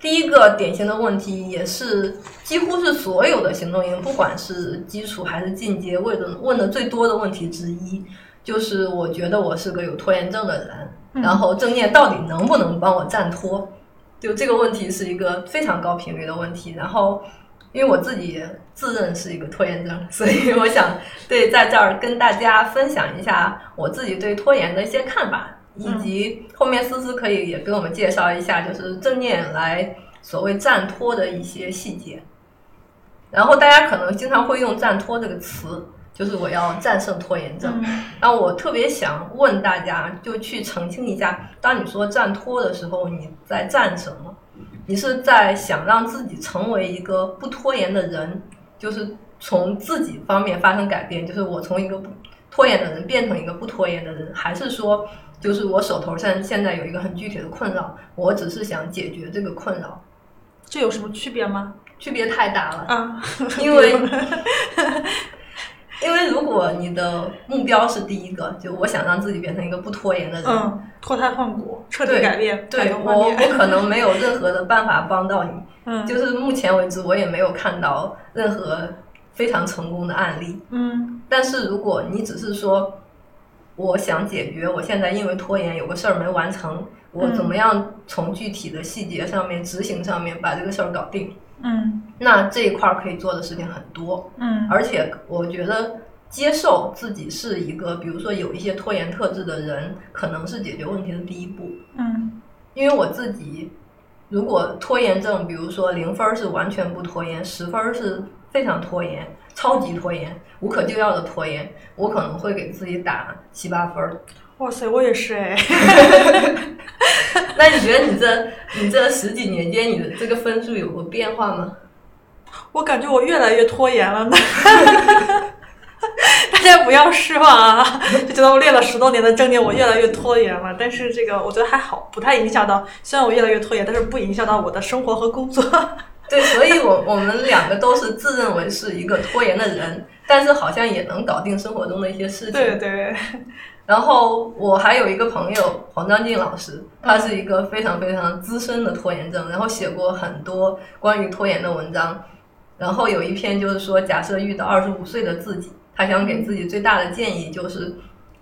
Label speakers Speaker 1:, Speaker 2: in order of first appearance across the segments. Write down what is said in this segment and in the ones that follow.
Speaker 1: 第一个典型的问题，也是几乎是所有的行动营，不管是基础还是进阶，问的问的最多的问题之一，就是我觉得我是个有拖延症的人，
Speaker 2: 嗯
Speaker 1: 然后正念到底能不能帮我暂拖？就这个问题是一个非常高频率的问题。然后，因为我自己自认是一个拖延症，所以我想对在这儿跟大家分享一下我自己对拖延的一些看法，以及后面思思可以也给我们介绍一下，就是正念来所谓暂拖的一些细节。然后大家可能经常会用“暂拖”这个词，就是我要战胜拖延症。
Speaker 2: 嗯
Speaker 1: 那我特别想问大家，就去澄清一下，当你说站托的时候，你在站什么？你是在想让自己成为一个不拖延的人，就是从自己方面发生改变，就是我从一个不拖延的人变成一个不拖延的人，还是说，就是我手头上现在有一个很具体的困扰，我只是想解决这个困扰，
Speaker 2: 这有什么区别吗？
Speaker 1: 区别太大了。
Speaker 2: 啊，
Speaker 1: 因为 因为如果你的目标是第一个，就我想让自己变成一个不拖延的人，
Speaker 2: 嗯，脱胎换骨，彻底
Speaker 1: 对
Speaker 2: 改变，改
Speaker 1: 对
Speaker 2: 头换
Speaker 1: 我
Speaker 2: 面，
Speaker 1: 我可能没有任何的办法帮到你，
Speaker 2: 嗯，
Speaker 1: 就是目前为止我也没有看到任何非常成功的案例。
Speaker 2: 嗯
Speaker 1: 但是如果你只是说我想解决我现在因为拖延有个事儿没完成，我怎
Speaker 2: 嗯
Speaker 1: 么样从具体的细节上面、执行上面把这个事儿搞定，
Speaker 2: 嗯
Speaker 1: 那这一块儿可以做的事情很多。
Speaker 2: 嗯，
Speaker 1: 而且我觉得接受自己是一个，比如说有一些拖延特质的人，可能是解决问题的第一步。
Speaker 2: 嗯
Speaker 1: 因为我自己，如果拖延症，比如说零分儿是完全不拖延，十分儿是非常拖延、超级拖延、无可救药的拖延，我可能会给自己打七八分儿。
Speaker 2: 哇塞，我也是哎，
Speaker 1: 那你觉得你这你这十几年间，你的这个分数有过变化吗？
Speaker 2: 我感觉我越来越拖延了呢。 大家不要失望啊！就觉得我练了十多年的正念，我越来越拖延了。但是这个我觉得还好，不太影响到。虽然我越来越拖延，但是不影响到我的生活和工作。
Speaker 1: 对，所以我我们两个都是自认为是一个拖延的人，但是好像也能搞定生活中的一些事情。
Speaker 2: 对对，
Speaker 1: 然后我还有一个朋友黄章进老师，他是一个非常非常资深的拖延症，然后写过很多关于拖延的文章。然后有一篇就是说，假设遇到二十五岁的自己，他想给自己最大的建议就是，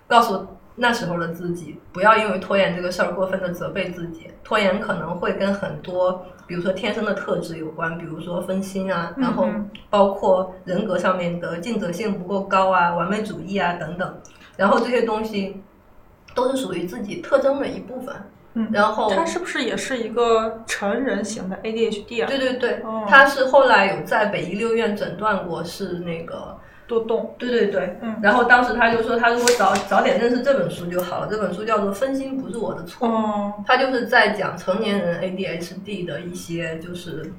Speaker 1: 告诉那时候的自己，不要因为拖延这个事儿过分的责备自己。拖延可能会跟很多，比如说天生的特质有关，比如说分心啊，然后
Speaker 2: 嗯嗯
Speaker 1: 包括人格上面的尽责性不够高啊、完美主义啊等等。然后这些东西都是属于自己特征的一部分。
Speaker 2: 嗯
Speaker 1: 然后
Speaker 2: 他是不是也是一个成人型的 ADHD 啊？
Speaker 1: 对对对
Speaker 2: 哦，
Speaker 1: 他是后来有在北医六院诊断过，是那个
Speaker 2: 多动。
Speaker 1: 对对对，
Speaker 2: 嗯
Speaker 1: 然后当时他就说，他如果早早点认识这本书就好了，这本书叫做《分心不是我的错》，
Speaker 2: 哦，
Speaker 1: 他就是在讲成年人 ADHD 的一些就是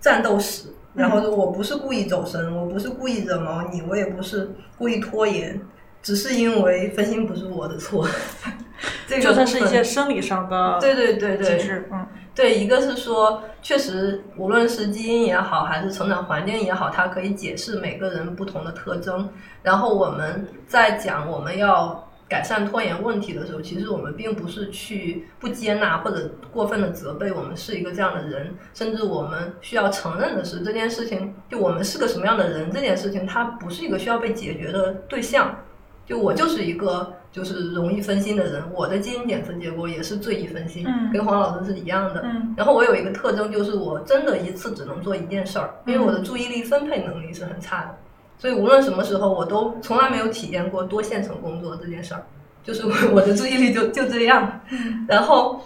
Speaker 1: 战斗史。然后我不是故意走神，
Speaker 2: 嗯
Speaker 1: 我不是故意惹毛你，我也不是故意拖延，只是因为分心不是我的错。 这个
Speaker 2: 就算是一
Speaker 1: 部分
Speaker 2: 些生理上的
Speaker 1: 对对对
Speaker 2: 机
Speaker 1: 对，
Speaker 2: 制，嗯
Speaker 1: 对，一个是说，确实无论是基因也好，还是成长环境也好，它可以解释每个人不同的特征。然后我们在讲我们要改善拖延问题的时候，其实我们并不是去不接纳或者过分的责备我们是一个这样的人，甚至我们需要承认的是这件事情，就我们是个什么样的人这件事情，它不是一个需要被解决的对象。就我就是一个就是容易分心的人，我的基因检测结果也是最易分心，
Speaker 2: 嗯
Speaker 1: 跟黄老师是一样的。
Speaker 2: 嗯
Speaker 1: 然后我有一个特征，就是我真的一次只能做一件事儿，因为我的注意力分配能力是很差的，所以无论什么时候，我都从来没有体验过多线程工作这件事儿，就是我我的注意力就就这样。然后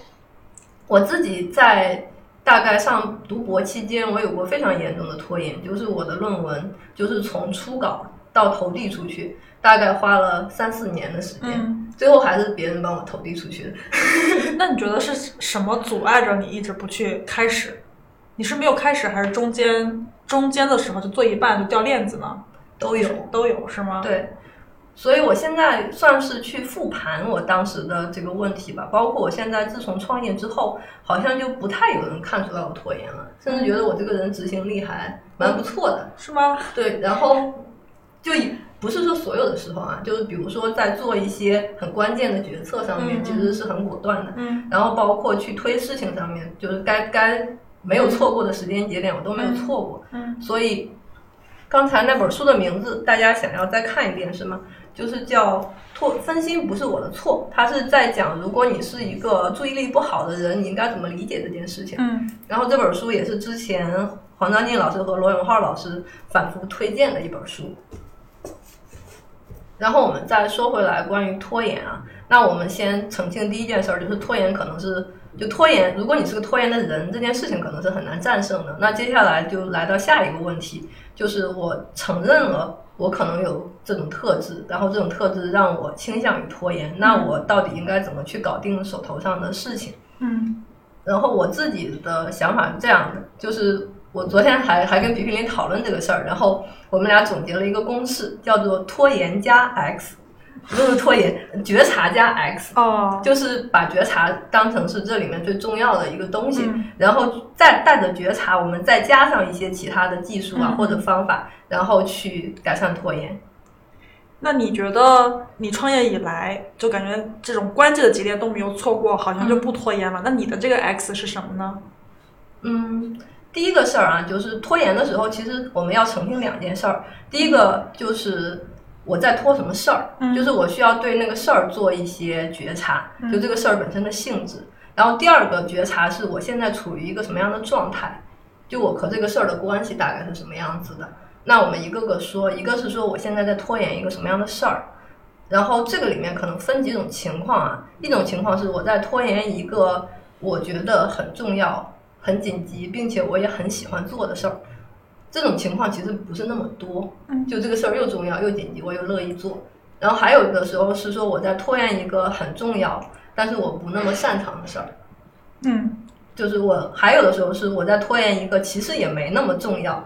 Speaker 1: 我自己在大概上读博期间，我有过非常严重的拖延，就是我的论文就是从初稿到投递出去，大概花了三四年的时间，
Speaker 2: 嗯。
Speaker 1: 最后还是别人帮我投递出去的。
Speaker 2: 那你觉得是什么阻碍着你一直不去开始？你是没有开始，还是中间中间的时候就做一半就掉链子呢？
Speaker 1: 都有
Speaker 2: 都有是吗？，
Speaker 1: 对，所以我现在算是去复盘我当时的这个问题吧，包括我现在自从创业之后，好像就不太有人看出来我拖延了，甚至觉得我这个人执行力还蛮不错的。
Speaker 2: 是吗？
Speaker 1: 对，然后就也不是说所有的时候啊，就是比如说在做一些很关键的决策上
Speaker 2: 嗯
Speaker 1: 面，
Speaker 2: 嗯
Speaker 1: 其实是很果断的。
Speaker 2: 嗯
Speaker 1: 然后包括去推事情上面，就是该该没有错过的时间节点，我都没有错过。
Speaker 2: 嗯，
Speaker 1: 所以刚才那本书的名字，大家想要再看一遍是吗？就是叫《错分心不是我的错》，它是在讲如果你是一个注意力不好的人，你应该怎么理解这件事情。
Speaker 2: 嗯
Speaker 1: 然后这本书也是之前黄章进老师和罗永浩老师反复推荐的一本书。然后我们再说回来关于拖延啊，那我们先澄清第一件事儿，就是拖延可能是就拖延，如果你是个拖延的人，这件事情可能是很难战胜的。那接下来就来到下一个问题，就是我承认了我可能有这种特质，然后这种特质让我倾向于拖延，那我到底应该怎么去搞定手头上的事情？
Speaker 2: 嗯
Speaker 1: 然后我自己的想法是这样的，就是我昨天还还跟皮皮林讨论这个事儿，然后我们俩总结了一个公式，叫做拖延加 X，不是拖延，觉察加 X，
Speaker 2: 哦，
Speaker 1: 就是把觉察当成是这里面最重要的一个东西，
Speaker 2: 嗯
Speaker 1: 然后再带着觉察，我们再加上一些其他的技术啊、
Speaker 2: 嗯
Speaker 1: 或者方法，然后去改善拖延。
Speaker 2: 那你觉得你创业以来，就感觉这种关键的节点都没有错过，好像就不拖延了。那你的这个 X 是什么呢？
Speaker 1: 嗯，第一个事儿啊，就是拖延的时候，其实我们要澄清两件事儿。第一个就是我在拖什么事儿，
Speaker 2: 嗯
Speaker 1: 就是我需要对那个事儿做一些觉察，
Speaker 2: 嗯
Speaker 1: 就这个事儿本身的性质。然后第二个觉察是我现在处于一个什么样的状态，就我和这个事儿的关系大概是什么样子的。那我们一个个说，一个是说我现在在拖延一个什么样的事儿，然后这个里面可能分几种情况啊，一种情况是我在拖延一个我觉得很重要、很紧急，并且我也很喜欢做的事儿，这种情况其实不是那么多，
Speaker 2: 嗯
Speaker 1: 就这个事儿又重要又紧急，我又乐意做。然后还有的时候是说我在拖延一个很重要，但是我不那么擅长的事儿，
Speaker 2: 嗯
Speaker 1: 就是我还有的时候是我在拖延一个其实也没那么重要，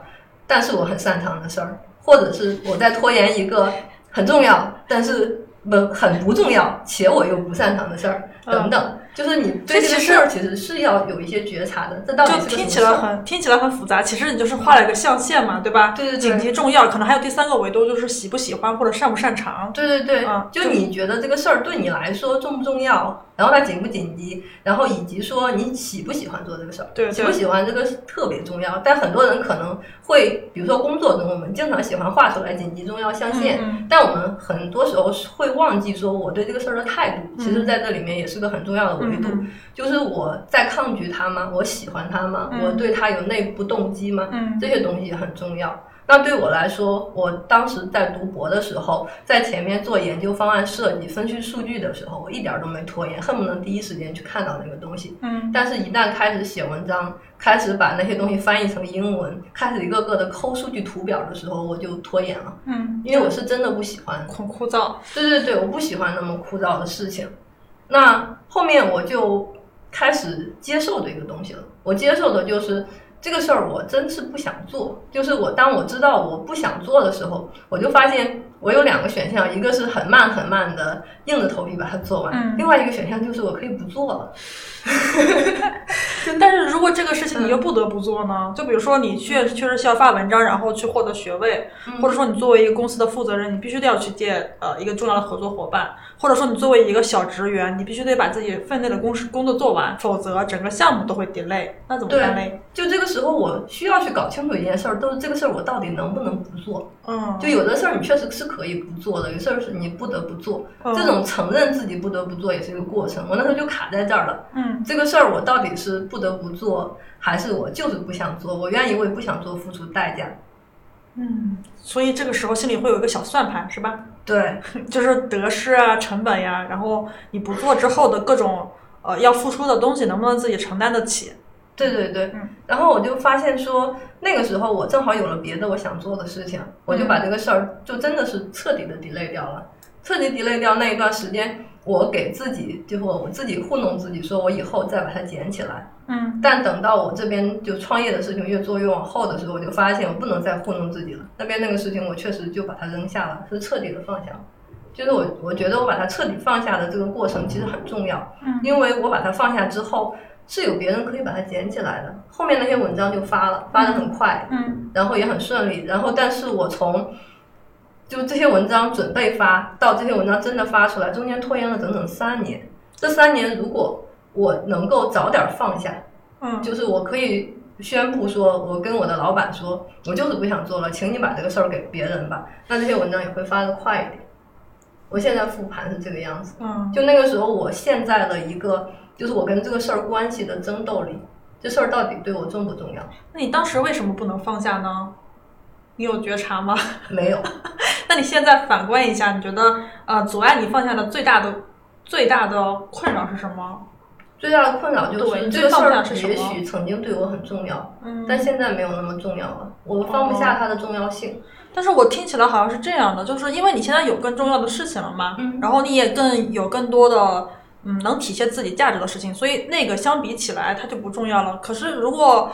Speaker 1: 但是我很擅长的事儿，或者是我在拖延一个很重要，但是不很不重要且我又不擅长的事儿
Speaker 2: 嗯
Speaker 1: 等等。就是你对这个
Speaker 2: 这其
Speaker 1: 事
Speaker 2: 实
Speaker 1: 儿其实是要有一些觉察的，这到底个什
Speaker 2: 就是听
Speaker 1: 么
Speaker 2: 起
Speaker 1: 事
Speaker 2: 来
Speaker 1: 儿？
Speaker 2: 很听起来很复杂，其实你就是画了一个象限嘛，对吧？
Speaker 1: 对对对
Speaker 2: 紧急重要，可能还有第三个维度，就是喜不喜欢或者擅不擅长。
Speaker 1: 对对对，
Speaker 2: 嗯
Speaker 1: 就你觉得这个事儿对你来说重不重要，然后它紧不紧急，然后以及说你喜不喜欢做这个事儿，
Speaker 2: 对对
Speaker 1: 喜不喜欢这个是特别重要。但很多人可能会，比如说工作中，我们经常喜欢画出来紧急重要象限，
Speaker 2: 嗯嗯
Speaker 1: 但我们很多时候是会忘记说我对这个事儿的态度，其实在这里面也是个很重要的维度，
Speaker 2: 嗯
Speaker 1: 就是我在抗拒它吗？我喜欢它吗？
Speaker 2: 嗯
Speaker 1: 我对它有内部动机吗？
Speaker 2: 嗯
Speaker 1: 这些东西也很重要。那对我来说，我当时在读博的时候，在前面做研究方案设计、分析数据的时候，我一点儿都没拖延，恨不能第一时间去看到那个东西。
Speaker 2: 嗯
Speaker 1: 但是，一旦开始写文章，开始把那些东西翻译成英文，开始一个个的抠数据图表的时候，我就拖延了，
Speaker 2: 嗯，
Speaker 1: 因为我是真的不喜欢
Speaker 2: 很枯燥。
Speaker 1: 对对对，我不喜欢那么枯燥的事情。那后面我就开始接受这个东西了。我接受的就是这个事儿，我真是不想做。就是我当我知道我不想做的时候，我就发现我有两个选项，一个是很慢很慢的硬着头皮把它做完，
Speaker 2: 嗯
Speaker 1: 另外一个选项就是我可以不做了。
Speaker 2: 但是如果这个事
Speaker 1: 嗯
Speaker 2: 情你又不得不做呢？就比如说你确确实需要发文章，然后去获得学位，
Speaker 1: 嗯
Speaker 2: 或者说你作为一个公司的负责人，你必须得要去见呃一个重要的合作伙伴，或者说你作为一个小职员，你必须得把自己分内的工事工作做完，否则整个项目都会 delay。那怎么办嘞？
Speaker 1: 就这个时候，我需要去搞清楚一件事儿，就是这个事儿我到底能不能不做。
Speaker 2: 嗯，
Speaker 1: 就有的事儿你确实是可以不做的，有事儿是你不得不做。
Speaker 2: 嗯
Speaker 1: 这种承认自己不得不做也是一个过程。我那时候就卡在这儿了，
Speaker 2: 嗯
Speaker 1: 这个事儿我到底是不得不做，还是我就是不想做？我愿意为不想做付出代价。
Speaker 2: 嗯，所以这个时候心里会有一个小算盘，是吧？
Speaker 1: 对，
Speaker 2: 就是得失啊、成本呀、然后你不做之后的各种呃要付出的东西，能不能自己承担得起？
Speaker 1: 对对对
Speaker 2: 嗯。
Speaker 1: 然后我就发现说，那个时候我正好有了别的我想做的事情，我就把这个事儿就真的是彻底的 delay 掉了。彻底 delay 掉那一段时间，我给自己就是我我自己糊弄自己，说我以后再把它捡起来。
Speaker 2: 嗯
Speaker 1: 但等到我这边就创业的事情越做越往后的时候，我就发现我不能再糊弄自己了。那边那个事情，我确实就把它扔下了，是彻底的放下了。就是我，我觉得我把它彻底放下的这个过程其实很重要，
Speaker 2: 嗯
Speaker 1: 因为我把它放下之后，是有别人可以把它捡起来的。后面那些文章就发了，发的很快，
Speaker 2: 嗯
Speaker 1: 然后也很顺利。然后，但是我从就这些文章准备发到这些文章真的发出来，中间拖延了整整三年。这三年，如果我能够早点放下，
Speaker 2: 嗯
Speaker 1: 就是我可以宣布说，我跟我的老板说，我就是不想做了，请你把这个事儿给别人吧，那这些文章也会发的快一点。我现在复盘是这个样子，
Speaker 2: 嗯，
Speaker 1: 就那个时候我陷在了一个就是我跟这个事儿关系的争斗里，这事儿到底对我重不重要？
Speaker 2: 那你当时为什么不能放下呢？你有觉察吗？
Speaker 1: 没有，
Speaker 2: 那你现在反观一下，你觉得呃阻碍你放下的最大的最大的困扰是什么？
Speaker 1: 最大的困扰就
Speaker 2: 对
Speaker 1: 是
Speaker 2: 你
Speaker 1: 这
Speaker 2: 最
Speaker 1: 个事
Speaker 2: 放不
Speaker 1: 儿
Speaker 2: 下是什么
Speaker 1: 也许曾经对我很重要，
Speaker 2: 嗯哦
Speaker 1: 但现在没有那么重要了，我放不下它的重要性。
Speaker 2: 但是我听起来好像是这样的，就是因为你现在有更重要的事情了嘛，
Speaker 1: 嗯
Speaker 2: 然后你也更有更多的嗯能体现自己价值的事情，所以那个相比起来它就不重要了。可是如果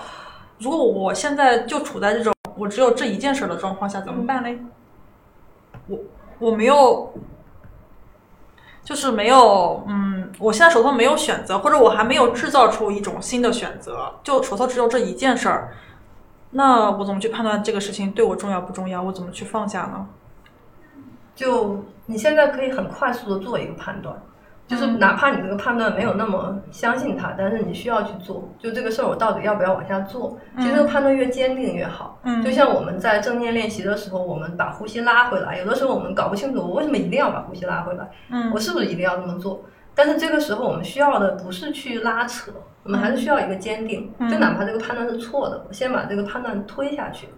Speaker 2: 如果我现在就处在这种我只有这一件事的状况下，怎么办嘞？
Speaker 1: 嗯
Speaker 2: 我我没有，就是没有，嗯，我现在手头没有选择，或者我还没有制造出一种新的选择，就手头只有这一件事儿，那我怎么去判断这个事情对我重要不重要？我怎么去放下呢？
Speaker 1: 就你现在可以很快速的做一个判断，就是
Speaker 2: 嗯
Speaker 1: 哪怕你这个判断没有那么相信它，但是你需要去做，就这个事儿我到底要不要往下做？其实这个判断越坚定越好。
Speaker 2: 嗯
Speaker 1: 就像我们在正念练习的时候，我们把呼吸拉回来，有的时候我们搞不清楚我为什么一定要把呼吸拉回来，
Speaker 2: 嗯
Speaker 1: 我是不是一定要这么做？但是这个时候我们需要的不是去拉扯，我们还是需要一个坚定，
Speaker 2: 嗯
Speaker 1: 就哪怕这个判断是错的，我先把这个判断推下去。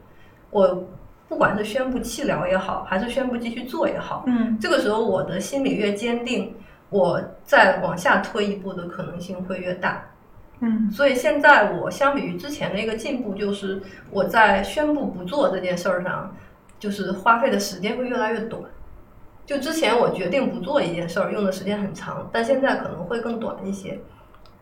Speaker 1: 我不管是宣布弃疗也好，还是宣布继续做也好，
Speaker 2: 嗯
Speaker 1: 这个时候我的心理越坚定，我再往下推一步的可能性会越大。
Speaker 2: 嗯
Speaker 1: 所以现在我相比于之前的一个进步，就是我在宣布不做这件事儿上，就是花费的时间会越来越短。就之前我决定不做一件事儿，用的时间很长，但现在可能会更短一些。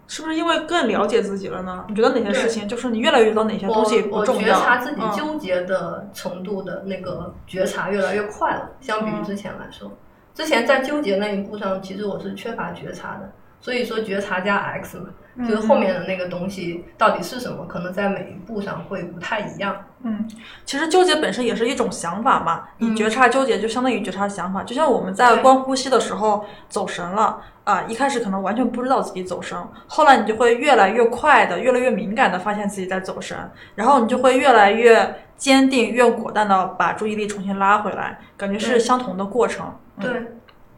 Speaker 2: 是不是因为更了解自己了呢？你觉得哪些
Speaker 1: 对
Speaker 2: 事情就是你越来越知道哪些
Speaker 1: 我
Speaker 2: 东西
Speaker 1: 我
Speaker 2: 不重
Speaker 1: 觉
Speaker 2: 要？
Speaker 1: 察自己
Speaker 2: 嗯
Speaker 1: 纠结的程度的那个觉察越来越快了，相
Speaker 2: 嗯
Speaker 1: 比于之前来说，之前在纠结那一步上，其实我是缺乏觉察的。所以说，觉察加 X 嘛，就是
Speaker 2: 嗯
Speaker 1: 后面的那个东西到底是什么，可能在每一步上会不太一样。
Speaker 2: 嗯，其实纠结本身也是一种想法嘛。你
Speaker 1: 嗯
Speaker 2: 觉察纠结，就相当于觉察想法。就像我们在
Speaker 1: 对
Speaker 2: 观呼吸的时候走神了啊、一开始可能完全不知道自己走神，后来你就会越来越快的、越来越敏感的发现自己在走神，然后你就会越来越坚定、越果断的把注意力重新拉回来，感觉是
Speaker 1: 对
Speaker 2: 相同的过程。嗯，
Speaker 1: 对，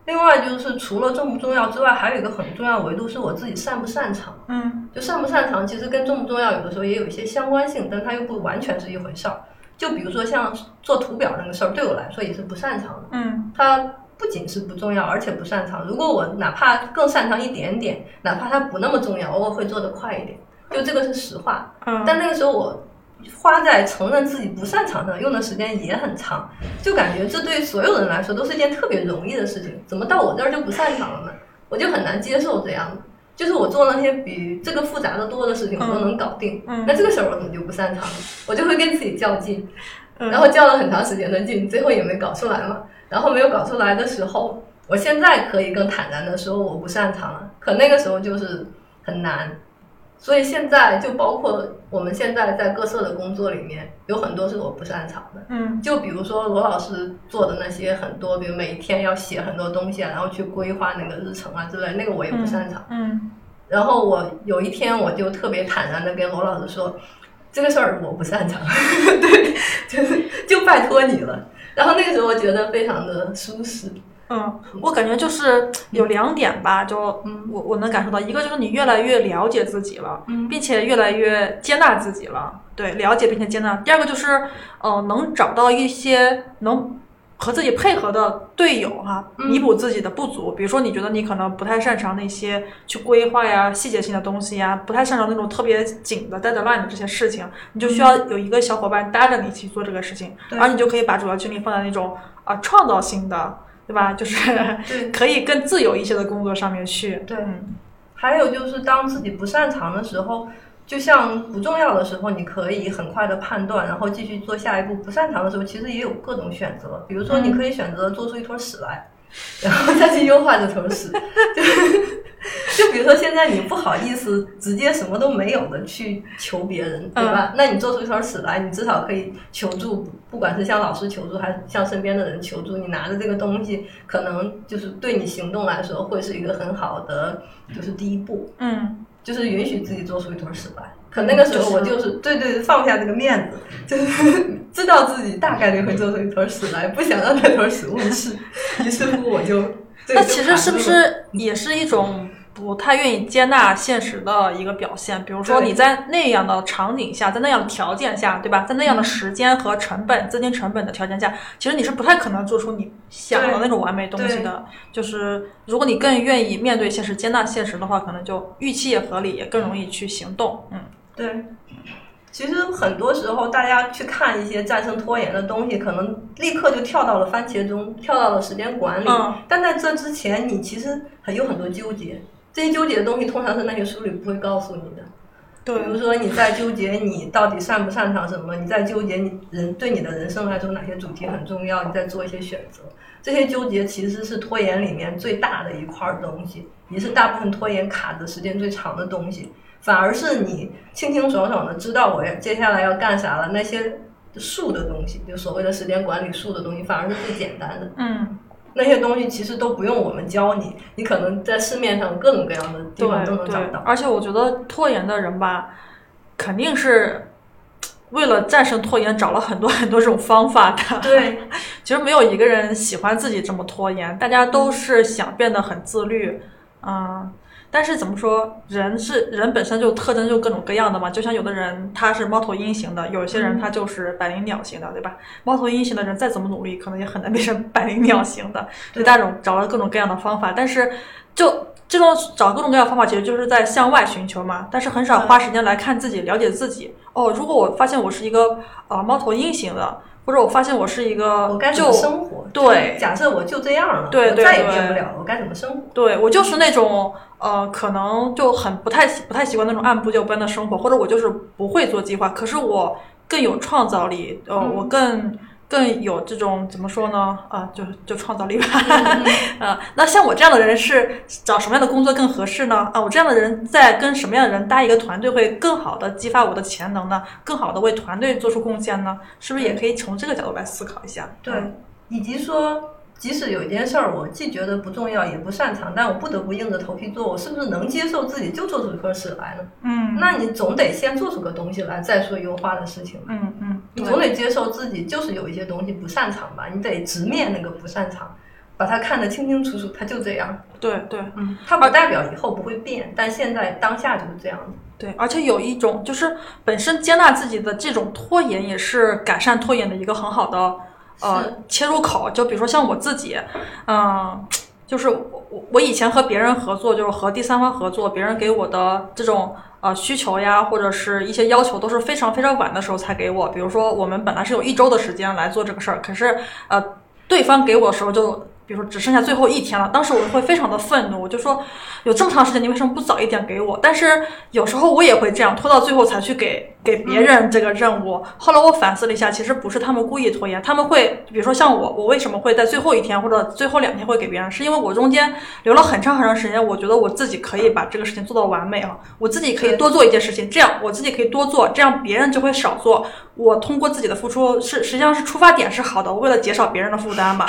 Speaker 1: 另外就是除了重不重要之外，还有一个很重要的维度是我自己擅不擅长。
Speaker 2: 嗯
Speaker 1: 就擅不擅长，其实跟重不重要有的时候也有一些相关性，但它又不完全是一回事儿。就比如说像做图表那个事儿，对我来说也是不擅长的。
Speaker 2: 嗯
Speaker 1: 它不仅是不重要，而且不擅长。如果我哪怕更擅长一点点，哪怕它不那么重要，我会做得快一点。就这个是实话。
Speaker 2: 嗯，
Speaker 1: 但那个时候我花在承认自己不擅长上用的时间也很长，就感觉这对所有人来说都是一件特别容易的事情，怎么到我这儿就不擅长了呢？我就很难接受这样的。就是我做那些比这个复杂的多的事情，我都能搞定，
Speaker 2: 嗯嗯
Speaker 1: 那这个事儿我怎么就不擅长呢？我就会跟自己较劲，
Speaker 2: 嗯
Speaker 1: 然后较了很长时间的劲，最后也没搞出来嘛。然后没有搞出来的时候，我现在可以更坦然的说我不擅长了，可那个时候就是很难。所以现在就包括我们现在在各社的工作里面，有很多是我不擅长的。
Speaker 2: 嗯
Speaker 1: 就比如说罗老师做的那些很多，比如每一天要写很多东西啊，然后去规划那个日程啊之类，那个我也不擅长。
Speaker 2: 嗯
Speaker 1: 然后我有一天我就特别坦然的跟罗老师说，这个事儿我不擅长， 对，就是就拜托你了。然后那个时候我觉得非常的舒适，
Speaker 2: 嗯，我感觉就是有两点吧，就
Speaker 1: 嗯
Speaker 2: 我我能感受到，一个就是你越来越了解自己了，
Speaker 1: 嗯
Speaker 2: 并且越来越接纳自己了，对，了解并且接纳。第二个就是，呃，能找到一些能和自己配合的队友哈、
Speaker 1: 嗯
Speaker 2: 弥补自己的不足。比如说，你觉得你可能不太擅长那些去规划呀、细节性的东西呀，不太擅长那种特别紧的 deadline 的这些事情，你就需要有一个小伙伴搭着你一起做这个事情，
Speaker 1: 对
Speaker 2: 而你就可以把主要精力放在那种啊、创造性的，对吧？就是
Speaker 1: 对
Speaker 2: 可以更自由一些的工作上面去。
Speaker 1: 对
Speaker 2: 嗯
Speaker 1: 还有就是，当自己不擅长的时候，就像不重要的时候，你可以很快的判断，然后继续做下一步。不擅长的时候，其实也有各种选择，比如说你可以选择做出一坨屎来，然后再去优化这坨屎。就就比如说现在你不好意思直接什么都没有的去求别人，对吧？
Speaker 2: 嗯
Speaker 1: 那你做出一坨屎来，你至少可以求助，不管是向老师求助，还是向身边的人求助。你拿着这个东西，可能就是对你行动来说会是一个很好的，就是第一步。
Speaker 2: 嗯
Speaker 1: 就是允许自己做出一坨屎来。可那个时候
Speaker 2: 嗯
Speaker 1: 我就是对对对放不下这个面子，就是 知道自己大概率会做出一坨屎来，不想让那坨屎误事， 于是乎我就。对
Speaker 2: 那
Speaker 1: 就嗯
Speaker 2: 其
Speaker 1: 卡
Speaker 2: 实是不
Speaker 1: 住了
Speaker 2: 是也是一种不太愿意接纳现实的一个表现？比如说
Speaker 1: 对
Speaker 2: 你在那样的场景下，在那样的条件下，对吧？在那样的
Speaker 1: 嗯
Speaker 2: 时间和成本、资金成本的条件下，其实你是不太可能做出你想的
Speaker 1: 对
Speaker 2: 那种完美东西的。就是如果你更愿意面对现实、接纳现实的话，可能就预期也合理，也更容易去行动。嗯，
Speaker 1: 对，其实很多时候大家去看一些战胜拖延的东西，可能立刻就跳到了番茄钟，跳到了时间管理。
Speaker 2: 嗯
Speaker 1: 但在这之前，你其实很有很多纠结，这些纠结的东西通常是那些书里不会告诉你的。
Speaker 2: 对
Speaker 1: 比如说你在纠结你到底擅不擅长什么，你在纠结你人对你的人生来说哪些主题很重要，你在做一些选择。这些纠结其实是拖延里面最大的一块儿东西，也是大部分拖延卡的时间最长的东西。反而是你清清爽爽的知道我要接下来要干啥了，那些术的东西，就所谓的时间管理术的东西，反而是最简单的。
Speaker 2: 嗯，
Speaker 1: 那些东西其实都不用我们教你，你可能在市面上各种各样的地
Speaker 2: 对
Speaker 1: 方都能找
Speaker 2: 对
Speaker 1: 到。，
Speaker 2: 而且我觉得拖延的人吧，肯定是为了战胜拖延找了很多 很多种方法的。
Speaker 1: 对，
Speaker 2: 其实没有一个人喜欢自己这么拖延，大家都是想变得很自律，嗯。但是怎么说，人是人本身就特征就各种各样的嘛。就像有的人他是猫头鹰型的，有些
Speaker 1: 嗯
Speaker 2: 人他就是百灵鸟型的，对吧？猫头鹰型的人再怎么努力，可能也很难变成百灵鸟型的。就
Speaker 1: 对
Speaker 2: 大种找了各种各样的方法，但是就这种找各种各样的方法，其实就是在向外寻求嘛。但是很少花时间来看自己，了解自己。哦，如果我发现我是一个呃猫头鹰型的，或者我发现我是一个
Speaker 1: 我该怎
Speaker 2: 就
Speaker 1: 么生活？
Speaker 2: 对
Speaker 1: 假设我就这样了，
Speaker 2: 对对
Speaker 1: 我再也
Speaker 2: 对
Speaker 1: 变不了了，我该怎么生活？
Speaker 2: 对我就是那种呃，可能就很不太不太习惯那种按部就班的生活，或者我就是不会做计划，可是我更有创造力，呃，
Speaker 1: 嗯
Speaker 2: 我更更有这种怎么说呢？啊、就就创造力 吧。
Speaker 1: 嗯
Speaker 2: 呃，那像我这样的人是找什么样的工作更合适呢？啊，我这样的人在跟什么样的人搭一个团队会更好的激发我的潜能呢？更好的为团队做出贡献呢？是不是也可以从这个角度来思考一下？
Speaker 1: 对，以及说，即使有一件事儿我既觉得不重要也不擅长，但我不得不硬着头皮做，我是不是能接受自己就做出一坨屎来呢？
Speaker 2: 嗯，
Speaker 1: 那你总得先做出个东西来，再说优化的事情吧。
Speaker 2: 嗯嗯，
Speaker 1: 你
Speaker 2: 对
Speaker 1: 总得接受自己就是有一些东西不擅长吧，你得直面那个不擅长，把它看得清清楚楚，它就这样。
Speaker 2: 对对
Speaker 1: 嗯，它不代表以后不会变，但现在当下就是这样的。
Speaker 2: 对，而且有一种就是本身接纳自己的这种拖延，也是改善拖延的一个很好的呃
Speaker 1: 是
Speaker 2: 切入口。就比如说像我自己，嗯、就是我我我以前和别人合作，就是和第三方合作，别人给我的这种呃需求呀，或者是一些要求，都是非常非常晚的时候才给我。比如说我们本来是有一周的时间来做这个事儿，可是呃对方给我的时候就。比如说只剩下最后一天了，当时我会非常的愤怒，我就说有这么长时间，你为什么不早一点给我？但是有时候我也会这样，拖到最后才去给给别人这个任务。后来我反思了一下，其实不是他们故意拖延，他们会，比如说像我，我为什么会在最后一天或者最后两天会给别人，是因为我中间留了很长很长时间，我觉得我自己可以把这个事情做到完美啊，我自己可以
Speaker 1: 对
Speaker 2: 多做一件事情，这样我自己可以多做，这样别人就会少做。我通过自己的付出是实际上是出发点是好的，我为了减少别人的负担吧。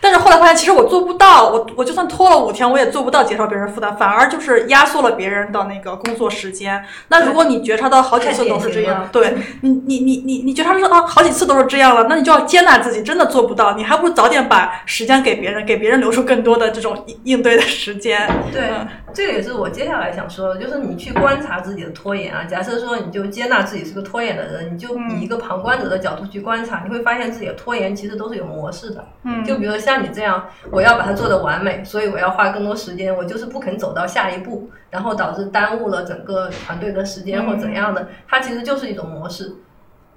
Speaker 2: 但是后来发现，其实我做不到，我我就算拖了五天，我也做不到减少别人负担，反而就是压缩了别人的那个工作时间。那如果你觉察到好几次都是这样，对你你你你你觉察到好几次都是这样了，那你就要接纳自己真的做不到，你还不如早点把时间给别人，给别人留出更多的这种应应对的时间。
Speaker 1: 对
Speaker 2: 嗯，
Speaker 1: 这个也是我接下来想说的，就是你去观察自己的拖延啊。假设说你就接纳自己是个拖延的人，你就以一个旁观者的角度去观察，你会发现自己的拖延其实都是有模式的。
Speaker 2: 嗯
Speaker 1: 就比如像你这样，我要把它做得完美，所以我要花更多时间，我就是不肯走到下一步，然后导致耽误了整个团队的时间或
Speaker 2: 嗯
Speaker 1: 怎样的，它其实就是一种模式。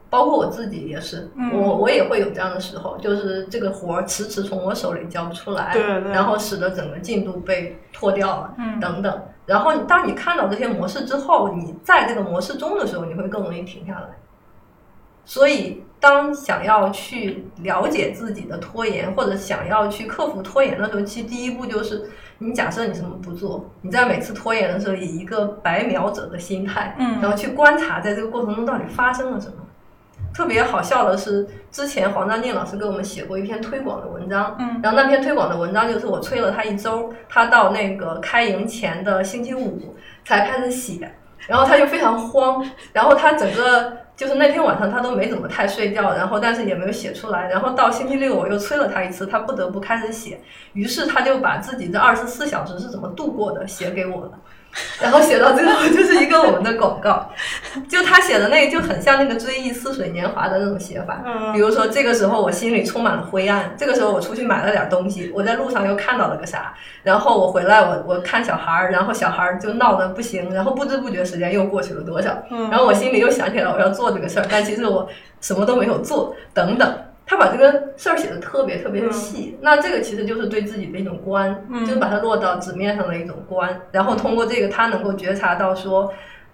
Speaker 1: 包括我自己也是，
Speaker 2: 嗯
Speaker 1: 我我也会有这样的时候，就是这个活儿迟迟从我手里交不出来，
Speaker 2: 对对
Speaker 1: 然后使得整个进度被拖掉了，
Speaker 2: 嗯
Speaker 1: 等等。然后你当你看到这些模式之后，你在这个模式中的时候，你会更容易停下来。所以，当想要去了解自己的拖延，或者想要去克服拖延的时候，其实第一步就是你假设你什么不做，你在每次拖延的时候，以一个白描者的心态，
Speaker 2: 嗯
Speaker 1: 然后去观察在这个过程中到底发生了什么。特别好笑的是，之前黄章念老师给我们写过一篇推广的文章，
Speaker 2: 嗯
Speaker 1: 然后那篇推广的文章就是我催了他一周，他到那个开营前的星期五才开始写，然后他就非常慌，然后他整个就是那天晚上他都没怎么太睡觉，然后但是也没有写出来，然后到星期六我又催了他一次，他不得不开始写，于是他就把自己这二十四小时是怎么度过的写给我了。然后写到最后就是一个我们的广告，就他写的那个就很像那个《追忆似水年华》的那种写法。
Speaker 2: 啊
Speaker 1: 比如说，这个时候我心里充满了灰暗，这个时候我出去买了点东西，我在路上又看到了个啥，然后我回来我我看小孩儿，然后小孩儿就闹得不行，然后不知不觉时间又过去了多少，然
Speaker 2: 嗯
Speaker 1: 后我心里又想起来我要做这个事儿，但其实我什么都没有做，等等。他把这个事儿写的特别特别的细，那这个其实就是对自己的一种观，就是把它落到纸面上的一种观，然后通过这个他能够觉察到说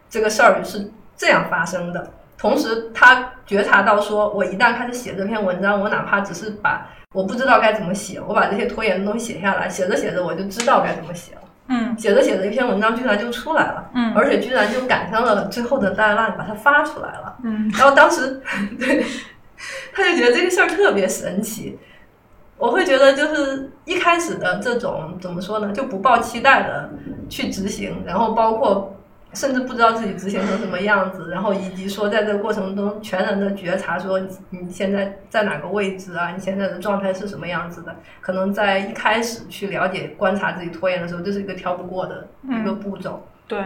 Speaker 1: 这个事儿是这样发生的，同时他觉察到说我一旦开始写这篇文章，我哪怕只是把我不知道该怎么写，我把这些拖延的东西写下来，写着写着我就知道该怎么写了，
Speaker 2: 嗯
Speaker 1: 写着写着一篇文章居然就出来了，
Speaker 2: 嗯
Speaker 1: 而且居然就赶上了最后的 deadline 把它发出来了。
Speaker 2: 嗯
Speaker 1: 然后当时， 对，他就觉得这个事儿特别神奇。我会觉得就是一开始的这种怎么说呢，就不抱期待的去执行，然后包括甚至不知道自己执行成什么样子，然后以及说在这个过程中全然的觉察，说你你现在在哪个位置啊，你现在的状态是什么样子的，可能在一开始去了解观察自己拖延的时候，这是一个挑不过的一个步骤。
Speaker 2: 对，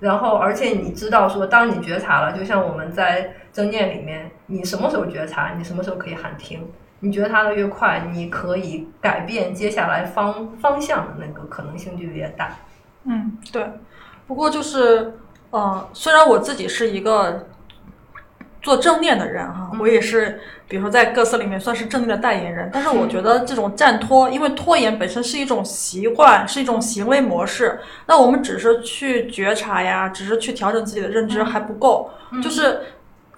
Speaker 1: 然后，而且你知道说，当你觉察了，就像我们在正念里面，你什么时候觉察，你什么时候可以喊停。你觉察的越快，你可以改变接下来方方向的那个可能性就越大。
Speaker 2: 嗯对。不过就是呃，虽然我自己是一个做正念的人哈、我也是，比如说在各司里面算是正念的代言人，但是我觉得这种站拖，因为拖延本身是一种习惯，是一种行为模式，那我们只是去觉察呀，只是去调整自己的认知还不够，就是。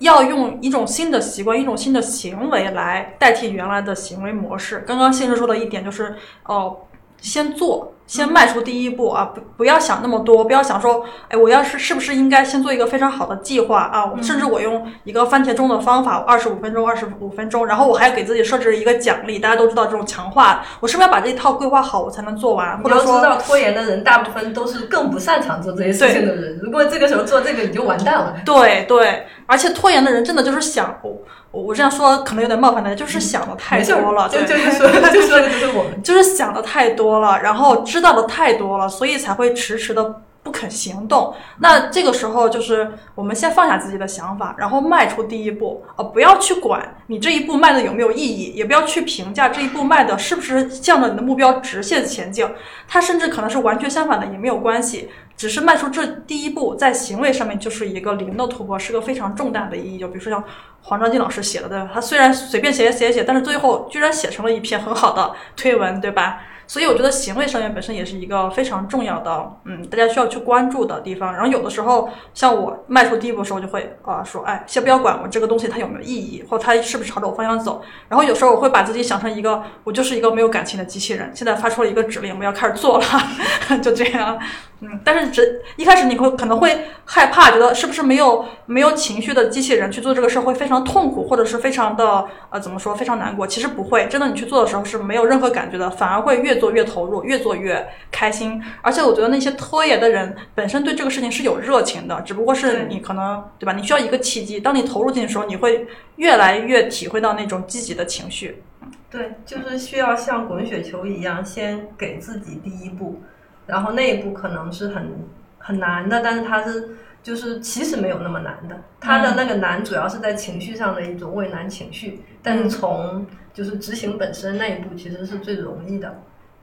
Speaker 2: 要用一种新的习惯，一种新的行为来代替原来的行为模式。刚刚先生说的一点就是，哦、先
Speaker 1: 嗯
Speaker 2: 做，先迈出第一步啊！不不要想那么多，不要想说，哎，我要是是不是应该先做一个非常好的计划啊？
Speaker 1: 嗯
Speaker 2: 我甚至我用一个番茄钟的方法，二十五分钟，二十五分钟，然后我还给自己设置一个奖励。大家都知道这种强化，我是不是要把这一套规划好，我才能做完？或
Speaker 1: 你
Speaker 2: 者
Speaker 1: 要知
Speaker 2: 说，
Speaker 1: 道，拖延的人大部分都是更不擅长做这些事情的人。如果这个时候做这个，你就完蛋了。
Speaker 2: 对对，而且拖延的人真的就是想，我我我这样说可能有点冒犯大家，就是想的
Speaker 1: 嗯
Speaker 2: 太
Speaker 1: 没事儿
Speaker 2: 多了，
Speaker 1: 就
Speaker 2: 对
Speaker 1: 就是说， 就是说，就是我们。
Speaker 2: 就是想的太多了，然后知道的太多了，所以才会迟迟的不肯行动。那这个时候就是我们先放下自己的想法，然后迈出第一步，呃，不要去管你这一步迈的有没有意义，也不要去评价这一步迈的是不是向着你的目标直线前进，它甚至可能是完全相反的也没有关系。只是迈出这第一步，在行为上面就是一个零的突破，是个非常重大的意义。就比如说像黄章进老师写的，对吧？他虽然随便写写写，但是最后居然写成了一篇很好的推文，对吧？所以我觉得行为上面本身也是一个非常重要的，嗯，大家需要去关注的地方。然后有的时候，像我迈出第一步的时候，就会啊、呃说，哎，先不要管我这个东西它有没有意义，或者它是不是朝着我方向走。然后有时候我会把自己想成一个，我就是一个没有感情的机器人，现在发出了一个指令，我要开始做了， 就这样。嗯，但是只一开始你会可能会害怕，觉得是不是没有没有情绪的机器人去做这个事儿会非常痛苦，或者是非常的呃怎么说非常难过。其实不会，真的你去做的时候是没有任何感觉的，反而会越做越投入，越做越开心。而且我觉得那些拖延的人本身对这个事情是有热情的，只不过是你可能对吧？你需要一个契机，当你投入进去的时候，你会越来越体会到那种积极的情绪。
Speaker 1: 对，就是需要像滚雪球一样，先给自己第一步，然后那一步可能是很很难的，但是它是就是其实没有那么难的，它的那个难主要是在情绪上的一种畏难情绪，但是从就是执行本身那一步其实是最容易的。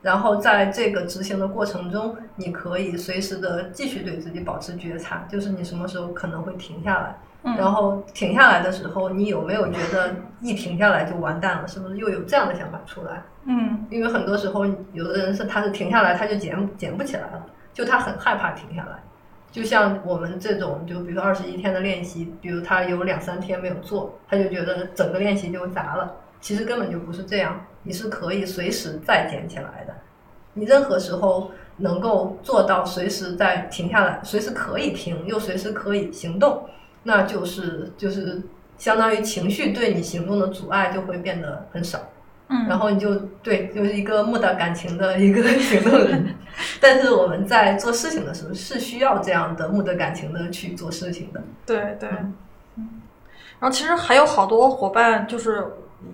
Speaker 1: 然后在这个执行的过程中，你可以随时的继续对自己保持觉察，就是你什么时候可能会停下来，然后停下来的时候，你有没有觉得一停下来就完蛋了？是不是又有这样的想法出来？
Speaker 2: 嗯
Speaker 1: 因为很多时候，有的人是他是停下来他就捡捡不起来了，就他很害怕停下来。就像我们这种，就比如说二十一天的练习，比如他有两三天没有做，他就觉得整个练习就砸了。其实根本就不是这样，你是可以随时再捡起来的。你任何时候能够做到随时再停下来，随时可以停，又随时可以行动，那就是就是相当于情绪对你行动的阻碍就会变得很少。
Speaker 2: 嗯
Speaker 1: 然后你就对，就是一个木的感情的一个 行动人。但是我们在做事情的时候是需要这样的木的感情的去做事情的。
Speaker 2: 对对，嗯，然后其实还有好多伙伴，就是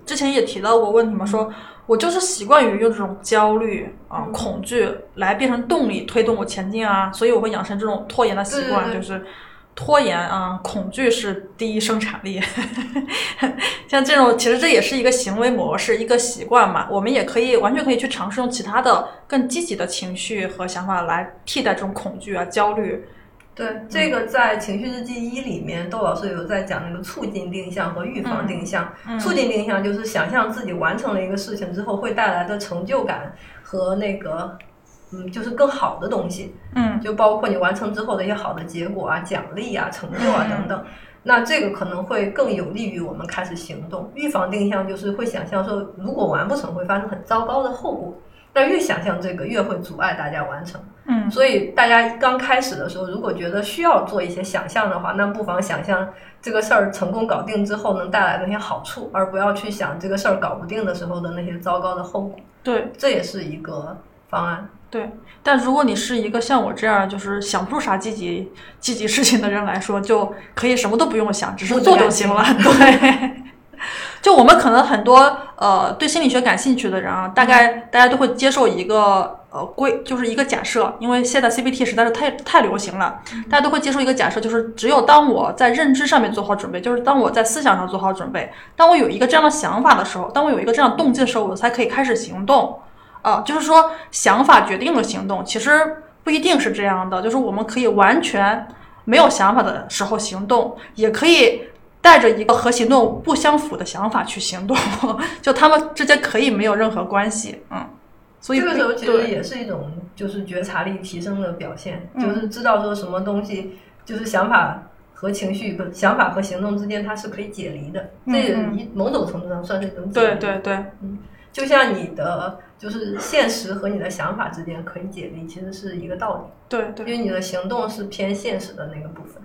Speaker 2: 之前也提到过问题嘛，说我就是习惯于用这种焦虑啊、
Speaker 1: 嗯
Speaker 2: 恐惧来变成动力，推动我前进啊，所以我会养成这种拖延的习惯，
Speaker 1: 对对对
Speaker 2: 就是拖延啊、恐惧是第一生产力。 像这种，其实这也是一个行为模式，一个习惯嘛。我们也可以完全可以去尝试用其他的更积极的情绪和想法来替代这种恐惧啊、焦虑。嗯
Speaker 1: 对，这个在《情绪日记一》里面，窦老师有在讲那个促进定向和预防定向。
Speaker 2: 嗯嗯
Speaker 1: 促进定向就是想象自己完成了一个事情之后会带来的成就感和那个，嗯，就是更好的东西。
Speaker 2: 嗯
Speaker 1: 就包括你完成之后的一些好的结果啊、奖励啊、成就啊
Speaker 2: 嗯
Speaker 1: 等等。那这个可能会更有利于我们开始行动。预防定向就是会想象说，如果完不成会发生很糟糕的后果。那越想象这个，越会阻碍大家完成。
Speaker 2: 嗯，
Speaker 1: 所以大家刚开始的时候，如果觉得需要做一些想象的话，那不妨想象这个事儿成功搞定之后能带来的那些好处，而不要去想这个事儿搞不定的时候的那些糟糕的后果。
Speaker 2: 对。
Speaker 1: 这也是一个方案。
Speaker 2: 对，但如果你是一个像我这样就是想不出啥积极积极事情的人来说，就可以什么都不用想，只是做就行 了。对，就我们可能很多呃对心理学感兴趣的人啊，大概大家都会接受一个呃规，就是一个假设，因为现在 CBT 实在是太太流行了，大家都会接受一个假设，就是只有当我在认知上面做好准备，就是当我在思想上做好准备，当我有一个这样的想法的时候，当我有一个这样的动机的时候，我才可以开始行动。啊，就是说想法决定了行动，其实不一定是这样的。就是我们可以完全没有想法的时候行动，也可以带着一个和行动不相符的想法去行动， 就他们之间可以没有任何关系。嗯，所以
Speaker 1: 这个
Speaker 2: 不
Speaker 1: 时候其实
Speaker 2: 对
Speaker 1: 也是一种就是觉察力提升的表现，
Speaker 2: 嗯
Speaker 1: 就是知道说什么东西就是想法和情绪不想法和行动之间它是可以解离的，
Speaker 2: 嗯
Speaker 1: 这也
Speaker 2: 嗯
Speaker 1: 一某种程度上算是一种解
Speaker 2: 对
Speaker 1: 离。，
Speaker 2: 对对，
Speaker 1: 就像你的就是现实和你的想法之间可以解离，其实是一个道理，
Speaker 2: 对对
Speaker 1: 因为你的行动是偏现实的那个部分。